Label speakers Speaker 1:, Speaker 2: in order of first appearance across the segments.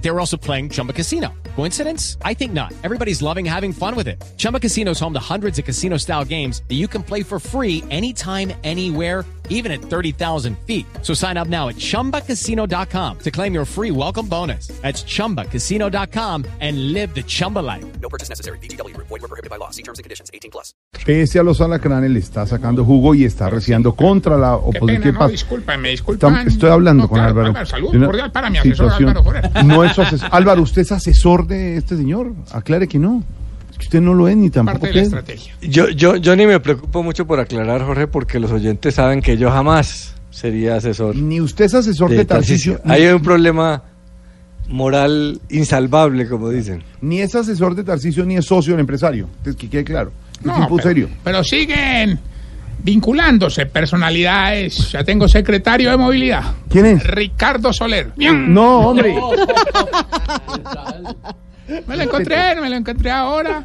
Speaker 1: They were also playing Chumba Casino. Coincidence? I think not. Everybody's loving having fun with it. Chumba Casino is home to hundreds of casino style games that you can play for free anytime, anywhere even at 30,000 feet. So sign up now at ChumbaCasino.com to claim your free welcome bonus. That's ChumbaCasino.com and live the Chumba life.
Speaker 2: No purchase necessary. BGW. Void were prohibited by law. See terms and conditions. 18 plus.
Speaker 3: Pese a los alacranes, le está sacando jugo y está reciando contra la
Speaker 4: Qué pena,
Speaker 3: oposición.
Speaker 4: no,
Speaker 3: pasa?
Speaker 4: discúlpame, disculpa.
Speaker 3: Tam- estoy hablando
Speaker 4: No,
Speaker 3: con
Speaker 4: claro,
Speaker 3: Álvaro.
Speaker 4: Salud
Speaker 3: De una
Speaker 4: cordial para mi asesor
Speaker 3: situación-
Speaker 4: Álvaro Jorge.
Speaker 3: No es su asesor. Álvaro, ¿usted es asesor de este señor? Aclare que no. Es que usted no lo es ni tampoco
Speaker 4: Parte de la
Speaker 3: usted.
Speaker 4: estrategia.
Speaker 5: Yo, yo, yo ni me preocupo mucho por aclarar, Jorge, porque los oyentes saben que yo jamás sería asesor
Speaker 3: Ni usted es asesor de,
Speaker 5: de
Speaker 3: Tarcisio.
Speaker 5: Tarcisio. Hay un problema moral insalvable, como dicen.
Speaker 3: Ni es asesor de Tarcisio ni es socio del empresario. Entonces, que quede claro. Es un
Speaker 4: No,
Speaker 3: tipo
Speaker 4: pero,
Speaker 3: serio.
Speaker 4: pero siguen vinculándose personalidades. Ya tengo secretario de movilidad.
Speaker 3: ¿Quién es?
Speaker 4: Ricardo Soler.
Speaker 3: No, hombre.
Speaker 4: Me lo encontré, me lo encontré ahora.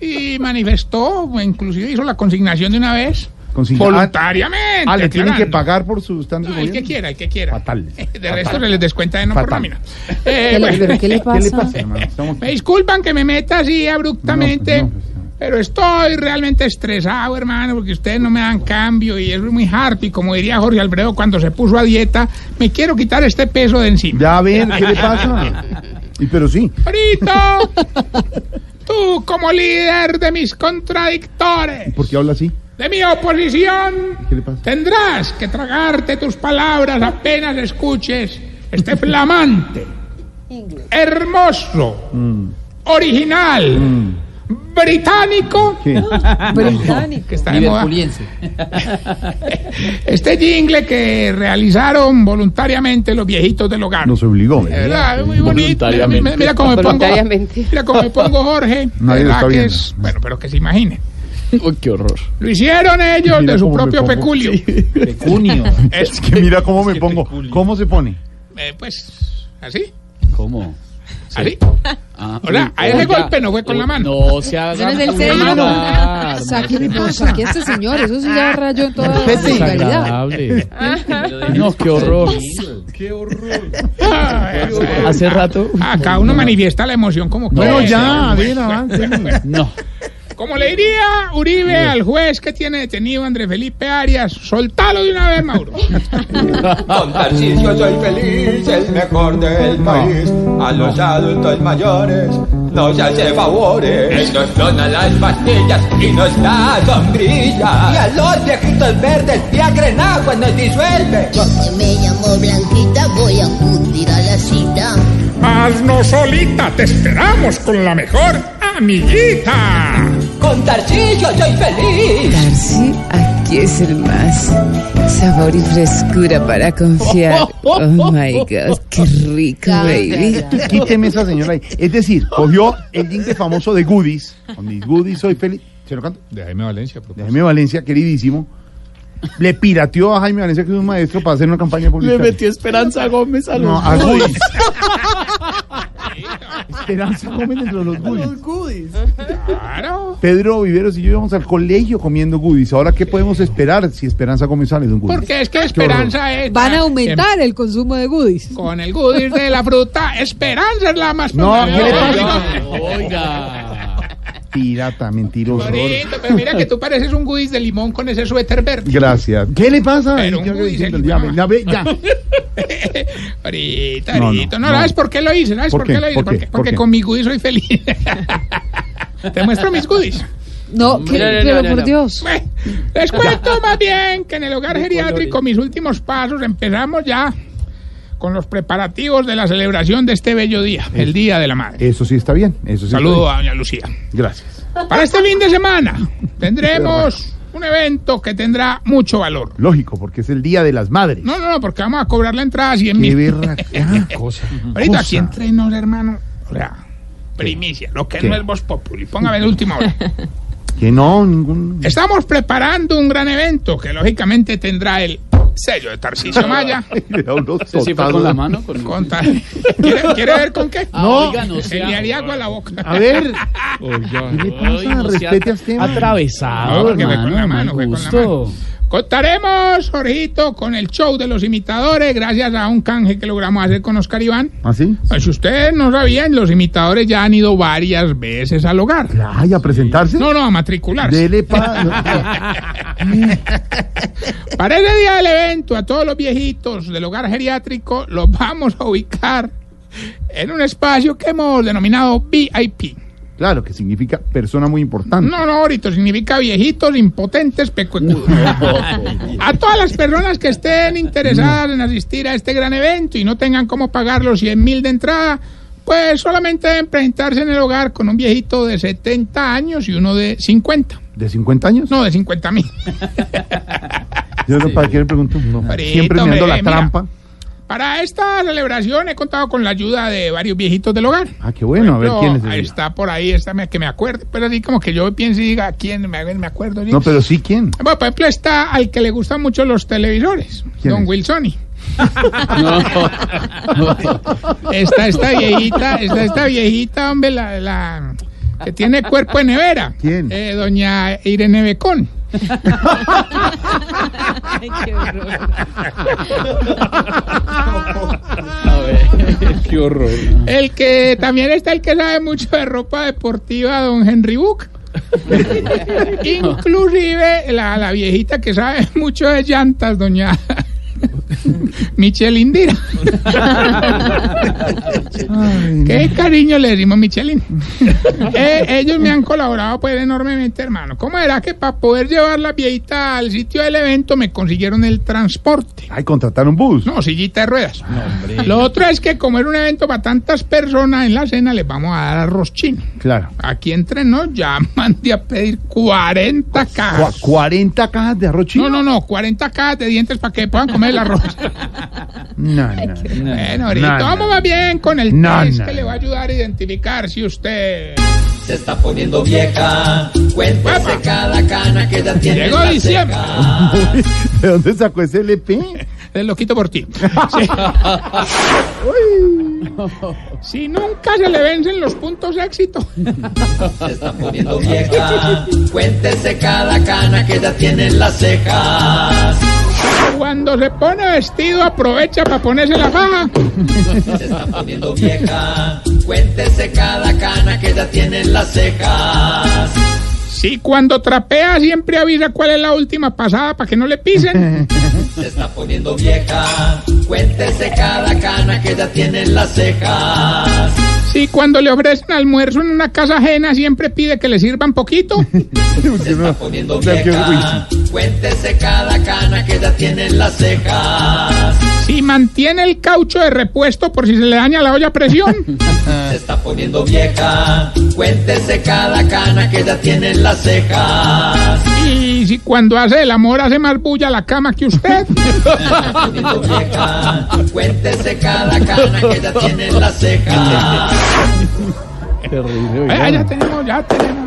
Speaker 4: Y manifestó, inclusive hizo la consignación de una vez.
Speaker 3: Consigna-
Speaker 4: Voluntariamente.
Speaker 3: Ah, le tienen que
Speaker 4: aclarando.
Speaker 3: pagar por su estancia.
Speaker 4: No, el que quiera, el que quiera.
Speaker 3: Fatal,
Speaker 4: De
Speaker 3: fatal.
Speaker 4: resto se les descuenta de no por
Speaker 3: Fatal.
Speaker 4: nómina. Eh,
Speaker 6: ¿Qué le,
Speaker 4: bueno.
Speaker 6: pero ¿qué le pasa?
Speaker 3: ¿Qué le pasa, hermano? Estamos-
Speaker 4: Me disculpan que me meta así abruptamente,
Speaker 3: No, pues, no, pues, no.
Speaker 4: pero estoy realmente estresado, hermano, porque ustedes no me dan cambio y eso es muy hard. Y como diría Jorge Alfredo cuando se puso a dieta, me quiero quitar este peso de encima.
Speaker 3: Ya ven, ¿qué le pasa? Y pero sí.
Speaker 4: Brito, tú como líder de mis contradictores,
Speaker 3: ¿Por qué habla así?
Speaker 4: de mi oposición,
Speaker 3: ¿Qué le pasa?
Speaker 4: tendrás que tragarte tus palabras apenas escuches este flamante, hermoso,
Speaker 3: Mm.
Speaker 4: original, británico.
Speaker 3: ¿Qué?
Speaker 6: Ah,
Speaker 4: que está de moda. Este jingle que realizaron voluntariamente los viejitos del hogar.
Speaker 3: Nos obligó.
Speaker 4: De verdad, es muy bonito. Mira, mira, mira cómo me pongo.
Speaker 6: Voluntariamente.
Speaker 4: Mira cómo me pongo Jorge.
Speaker 3: Nadie lo
Speaker 4: ¿verdad
Speaker 3: está
Speaker 4: que
Speaker 3: viendo.
Speaker 4: es- bueno, pero que se imagine.
Speaker 7: qué horror.
Speaker 4: Lo hicieron ellos
Speaker 3: Mira
Speaker 4: de su
Speaker 3: cómo me
Speaker 4: propio
Speaker 3: pongo.
Speaker 4: peculio.
Speaker 7: Pecunio.
Speaker 4: Es-
Speaker 3: Que mira cómo me pongo. ¿Cómo se pone?
Speaker 4: eh, pues, así.
Speaker 7: ¿Cómo?
Speaker 4: Así.
Speaker 7: Ah,
Speaker 4: Hola,
Speaker 7: uy,
Speaker 4: a ese
Speaker 7: oiga,
Speaker 4: golpe no fue con
Speaker 7: uy,
Speaker 4: la mano.
Speaker 7: No se haga.
Speaker 6: no es del
Speaker 7: vulgar,
Speaker 6: serio.
Speaker 8: Ah,
Speaker 7: no se
Speaker 6: Sáquenle, no, saque a este señor. Eso sí ya rayó en toda
Speaker 8: Pues
Speaker 6: la
Speaker 7: haga
Speaker 6: legalidad.
Speaker 7: desagradable. No, qué horror.
Speaker 4: Ah, eso es.
Speaker 7: Hace rato.
Speaker 4: Acá uno manifiesta la emoción como quiere.
Speaker 3: Bueno, ya, a ver, avance.
Speaker 7: No.
Speaker 4: Como le diría Uribe al juez que tiene detenido a Andrés Felipe Arias, soltalo de una vez, Mauro.
Speaker 9: Con Tarcisio soy feliz, el mejor del país. A los adultos mayores nos hace favores. Él nos dona las pastillas y nos da sombrillas. Y a los viejitos verdes, viagra en agua nos disuelve.
Speaker 10: Si me llamo Blanquita, voy a acudir a la cita.
Speaker 4: Haznos solita, te esperamos con la mejor amiguita.
Speaker 9: Con Tarcisio soy feliz.
Speaker 8: Sí, aquí es el más. Sabor y frescura para confiar. Oh my God, qué rico, baby.
Speaker 3: Quíteme esa señora ahí. Es decir, cogió el jingle famoso de Goodies. Con mis Goodies soy feliz. ¿Se lo canto?
Speaker 4: De Jaime Valencia, a propósito.
Speaker 3: De Jaime Valencia, queridísimo. Le pirateó a Jaime Valencia, que es un maestro, para hacer una campaña
Speaker 7: Le
Speaker 3: publicitaria.
Speaker 7: metió Esperanza Gómez a los.
Speaker 3: No, a Goodies. Esperanza comen entre los Goodies.
Speaker 4: Claro.
Speaker 3: Pedro Viveros y yo íbamos al colegio comiendo Goodies. Ahora, ¿qué podemos esperar si Esperanza Gómez sale de un Goodies?
Speaker 4: Porque es que Esperanza es.
Speaker 6: Van a aumentar el consumo de goodies.
Speaker 4: Con el goodies de la fruta, Esperanza es la más.
Speaker 3: No, ¿qué le
Speaker 4: pasa?
Speaker 7: Oiga.
Speaker 3: Pirata, mentiroso.
Speaker 4: pero mira que tú pareces un goodies de limón con ese suéter verde.
Speaker 3: Gracias. ¿Qué le pasa?
Speaker 4: Pero un
Speaker 3: Ya que
Speaker 4: Goodies,
Speaker 3: diciendo,
Speaker 4: el
Speaker 3: ya,
Speaker 4: programa.
Speaker 3: ya ve, ya.
Speaker 4: Ahorita,
Speaker 3: No, no,
Speaker 4: ahorita. No,
Speaker 3: no.
Speaker 4: ¿sabes por qué lo hice? ¿Sabes
Speaker 3: ¿Por
Speaker 4: por,
Speaker 3: qué?
Speaker 4: qué lo hice?
Speaker 3: ¿Por qué?
Speaker 4: porque
Speaker 3: ¿Por
Speaker 4: porque
Speaker 3: qué?
Speaker 4: con mi goodies soy feliz. Te muestro mis goodies.
Speaker 6: No, que-
Speaker 7: no, no,
Speaker 6: pero
Speaker 7: no,
Speaker 6: por
Speaker 7: no.
Speaker 6: Dios.
Speaker 4: Bueno, les cuento más bien que en el hogar geriátrico mis últimos pasos empezamos ya con los preparativos de la celebración de este bello día, el Día de la Madre.
Speaker 3: Eso sí está bien. Eso sí está
Speaker 4: Saludo a doña Lucía.
Speaker 3: bien. Gracias.
Speaker 4: Para este fin de semana tendremos un evento que tendrá mucho valor.
Speaker 3: Lógico, porque es el Día de las Madres.
Speaker 4: No, no, no, porque vamos a cobrar la entrada 100
Speaker 3: Qué
Speaker 4: mil. Eh,
Speaker 3: verra. ah, cosa.
Speaker 4: Ahorita aquí
Speaker 3: cosa.
Speaker 4: entre nos, hermano. O sea, primicia, lo que
Speaker 3: ¿Qué?
Speaker 4: no es Voz Populi. Póngame de última hora.
Speaker 3: Que no, ningún.
Speaker 4: Estamos preparando un gran evento que lógicamente tendrá el Sello de Tarcisio Maya.
Speaker 7: ¿Se sí fue con la mano? Ah, Con
Speaker 4: Con tal- ¿Quiere, quiere ver con qué?
Speaker 7: Ah, oiga, no
Speaker 4: Se
Speaker 7: sea-
Speaker 4: le haría agua a la boca.
Speaker 3: A ver, ¿qué le
Speaker 7: Ay,
Speaker 3: pasa?
Speaker 7: no sea
Speaker 3: Respete a este man.
Speaker 7: Atravesado,
Speaker 4: No, porque fue
Speaker 7: hermano.
Speaker 4: con la
Speaker 7: mal
Speaker 4: mano, fue con la
Speaker 7: gusto.
Speaker 4: Contaremos, Jorgito, con el show de los imitadores, gracias a un canje que logramos hacer con Oscar Iván.
Speaker 3: ¿Ah, sí?
Speaker 4: Pues, Si ustedes no sabían, los imitadores ya han ido varias veces al hogar.
Speaker 3: Ay, a presentarse.
Speaker 4: No, no, a matricularse.
Speaker 3: Dele pa. no,
Speaker 4: Para ese día del evento, a todos los viejitos del hogar geriátrico los vamos a ubicar en un espacio que hemos denominado VIP.
Speaker 3: Claro, que significa persona muy importante.
Speaker 4: No, no, ahorita significa viejitos, impotentes, pecuecudos. A todas las personas que estén interesadas en asistir a este gran evento y no tengan cómo pagar los 100 mil de entrada, pues solamente deben presentarse en el hogar con un viejito de 70 años y uno de 50.
Speaker 3: ¿De 50 años?
Speaker 4: No, de 50 mil.
Speaker 3: Yo no, ¿para qué le pregunto? No.
Speaker 4: Marito,
Speaker 3: Siempre mirando la
Speaker 4: hombre, mira.
Speaker 3: trampa.
Speaker 4: Para esta celebración he contado con la ayuda de varios viejitos del hogar.
Speaker 3: Ah, qué bueno, a ver
Speaker 4: Yo,
Speaker 3: quién es.
Speaker 4: ahí
Speaker 3: ese?
Speaker 4: está por ahí, está, me- que me acuerde. Pero así como que yo piense y diga, ¿quién? Me, me acuerdo. ¿sí?
Speaker 3: No, pero sí quién.
Speaker 4: Bueno, por ejemplo, está al que le gustan mucho los televisores,
Speaker 3: ¿Quién
Speaker 4: Don
Speaker 3: es?
Speaker 4: Wilsoni.
Speaker 7: No. no.
Speaker 4: Está esta viejita, está esta viejita, hombre, la, la- que tiene cuerpo de nevera.
Speaker 3: ¿Quién?
Speaker 4: Eh, doña Irene Becón.
Speaker 6: Ay, qué horror.
Speaker 7: A ver, qué horror.
Speaker 4: El que también está el que sabe mucho de ropa deportiva, don Henry Book. Inclusive la, la viejita que sabe mucho de llantas, doña Michelle Indira.
Speaker 3: Ay,
Speaker 4: Qué cariño le decimos, Michelin. Eh, ellos me han colaborado pues enormemente, hermano. ¿Cómo era que para poder llevar la viejita al sitio del evento me consiguieron el transporte?
Speaker 3: Ay, contratar un bus.
Speaker 4: No, sillita de ruedas. Lo otro es que como era un evento para tantas personas en la cena, les vamos a dar arroz chino.
Speaker 3: Claro.
Speaker 4: Aquí entre nos ya mandé a pedir 40
Speaker 3: Cua-
Speaker 4: cajas.
Speaker 3: 40 cajas de arroz chino.
Speaker 4: Ah. No, no, no, 40 cajas de dientes para que puedan comer el arroz.
Speaker 3: No, no, no.
Speaker 4: Bueno, ahorita
Speaker 3: No, no.
Speaker 4: vamos más bien con el
Speaker 3: No,
Speaker 4: test
Speaker 3: no,
Speaker 4: que le va a
Speaker 3: no.
Speaker 4: ayudar a identificar si usted...
Speaker 11: Se está poniendo vieja, cuéntese
Speaker 4: Epa.
Speaker 11: cada cana que ya tiene.
Speaker 4: Llegó
Speaker 11: en la
Speaker 4: diciembre.
Speaker 11: ceja.
Speaker 3: ¿De dónde sacó ese LP?
Speaker 4: Te lo quito por ti. Sí. Si nunca se le vencen los puntos de éxito.
Speaker 11: Se está poniendo vieja, cuéntese cada cana que ya tiene en las cejas.
Speaker 4: Cuando se pone vestido, aprovecha para ponerse la faja.
Speaker 11: Se está poniendo vieja, cuéntese cada cana que ya tiene en las cejas.
Speaker 4: Si cuando trapea, siempre avisa cuál es la última pasada para que no le pisen.
Speaker 11: Se está poniendo vieja, cuéntese cada cana que ya tiene en las cejas.
Speaker 4: Si cuando le ofrecen almuerzo en una casa ajena, siempre pide que le sirvan poquito.
Speaker 11: Se está poniendo
Speaker 3: O sea, que- uy,
Speaker 11: vieja, cuéntese cada cana que ya tiene en las cejas.
Speaker 4: Si mantiene el caucho de repuesto por si se le daña la olla a presión.
Speaker 11: Se está poniendo vieja, cuéntese cada cana que ya tiene en las cejas.
Speaker 4: Y si cuando hace el amor hace más bulla la cama que usted.
Speaker 11: Poniendo vieja, cuéntese cada cana que ya tiene en las cejas.
Speaker 7: Terrible.
Speaker 4: Eh, ya tenemos, ya tenemos.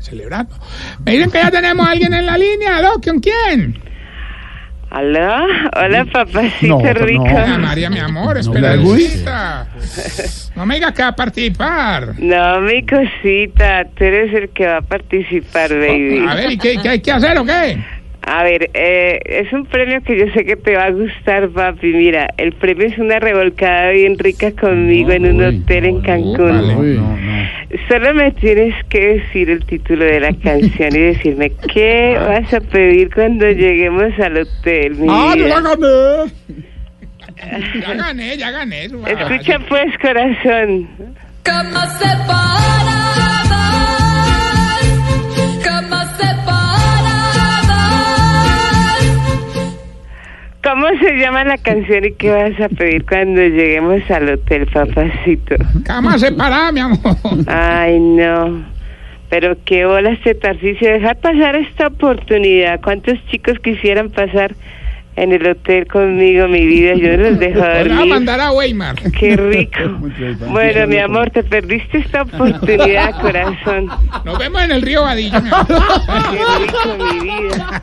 Speaker 4: Celebrando. Me dicen que ya tenemos a alguien en la línea, ¿no? ¿Con quién?
Speaker 12: Hola, hola
Speaker 11: Mm,
Speaker 3: No,
Speaker 12: papacito
Speaker 3: no.
Speaker 12: rico.
Speaker 4: Ana María, mi amor, esperadita. No me digas que va a participar.
Speaker 12: No, mi cosita, tú eres el que va a participar, baby.
Speaker 4: A ver, ¿y qué, qué hay que hacer o qué?
Speaker 12: A ver, eh, es un premio que yo sé que te va a gustar, papi. Mira, el premio es una revolcada bien rica conmigo en un hotel en Cancún.
Speaker 4: vale.
Speaker 3: No,
Speaker 7: Uy.
Speaker 3: no, no.
Speaker 12: Solo me tienes que decir el título de la canción y decirme qué vas a pedir cuando lleguemos al hotel, mi
Speaker 4: Ah,
Speaker 12: vida.
Speaker 4: gané! Ya gané, ya gané. eso va.
Speaker 12: Escucha pues, corazón.
Speaker 10: Camas separadas, camas separadas.
Speaker 12: ¿Cómo se llama la canción y qué vas a pedir cuando lleguemos al hotel, papacito?
Speaker 4: Cama separada, mi amor.
Speaker 12: Ay, no. Pero qué bola este Tarcicio. Deja pasar esta oportunidad. ¿Cuántos chicos quisieran pasar en el hotel conmigo, mi vida? Yo no los
Speaker 4: Te
Speaker 12: dejo
Speaker 4: va a
Speaker 12: dormir.
Speaker 4: mandar a Weimar.
Speaker 12: Qué rico. Bueno, mi amor, te perdiste esta oportunidad, corazón.
Speaker 4: Nos vemos en el río Vadillo, mi amor.
Speaker 12: Qué rico, mi vida.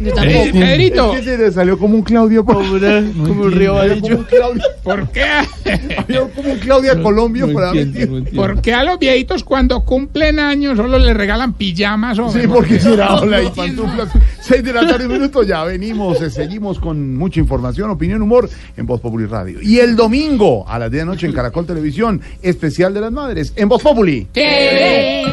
Speaker 4: Eh, Pedrito.
Speaker 3: Es que se le salió como un Claudio como,
Speaker 7: como un río amarillo.
Speaker 4: ¿Por qué?
Speaker 3: como un Claudia Colombia
Speaker 7: no
Speaker 3: para
Speaker 7: entiendo,
Speaker 3: meter.
Speaker 7: no entiendo.
Speaker 4: ¿Por qué a los viejitos cuando cumplen años solo les regalan pijamas? hombre?
Speaker 3: Sí, porque será hola y pantuflas. Seis de la tarde, un minuto, ya venimos, eh, seguimos con mucha información, opinión, humor en Voz Populi Radio. Y el domingo a las 10 de la noche en Caracol Televisión, especial de las madres, en Voz Populi.
Speaker 11: TV.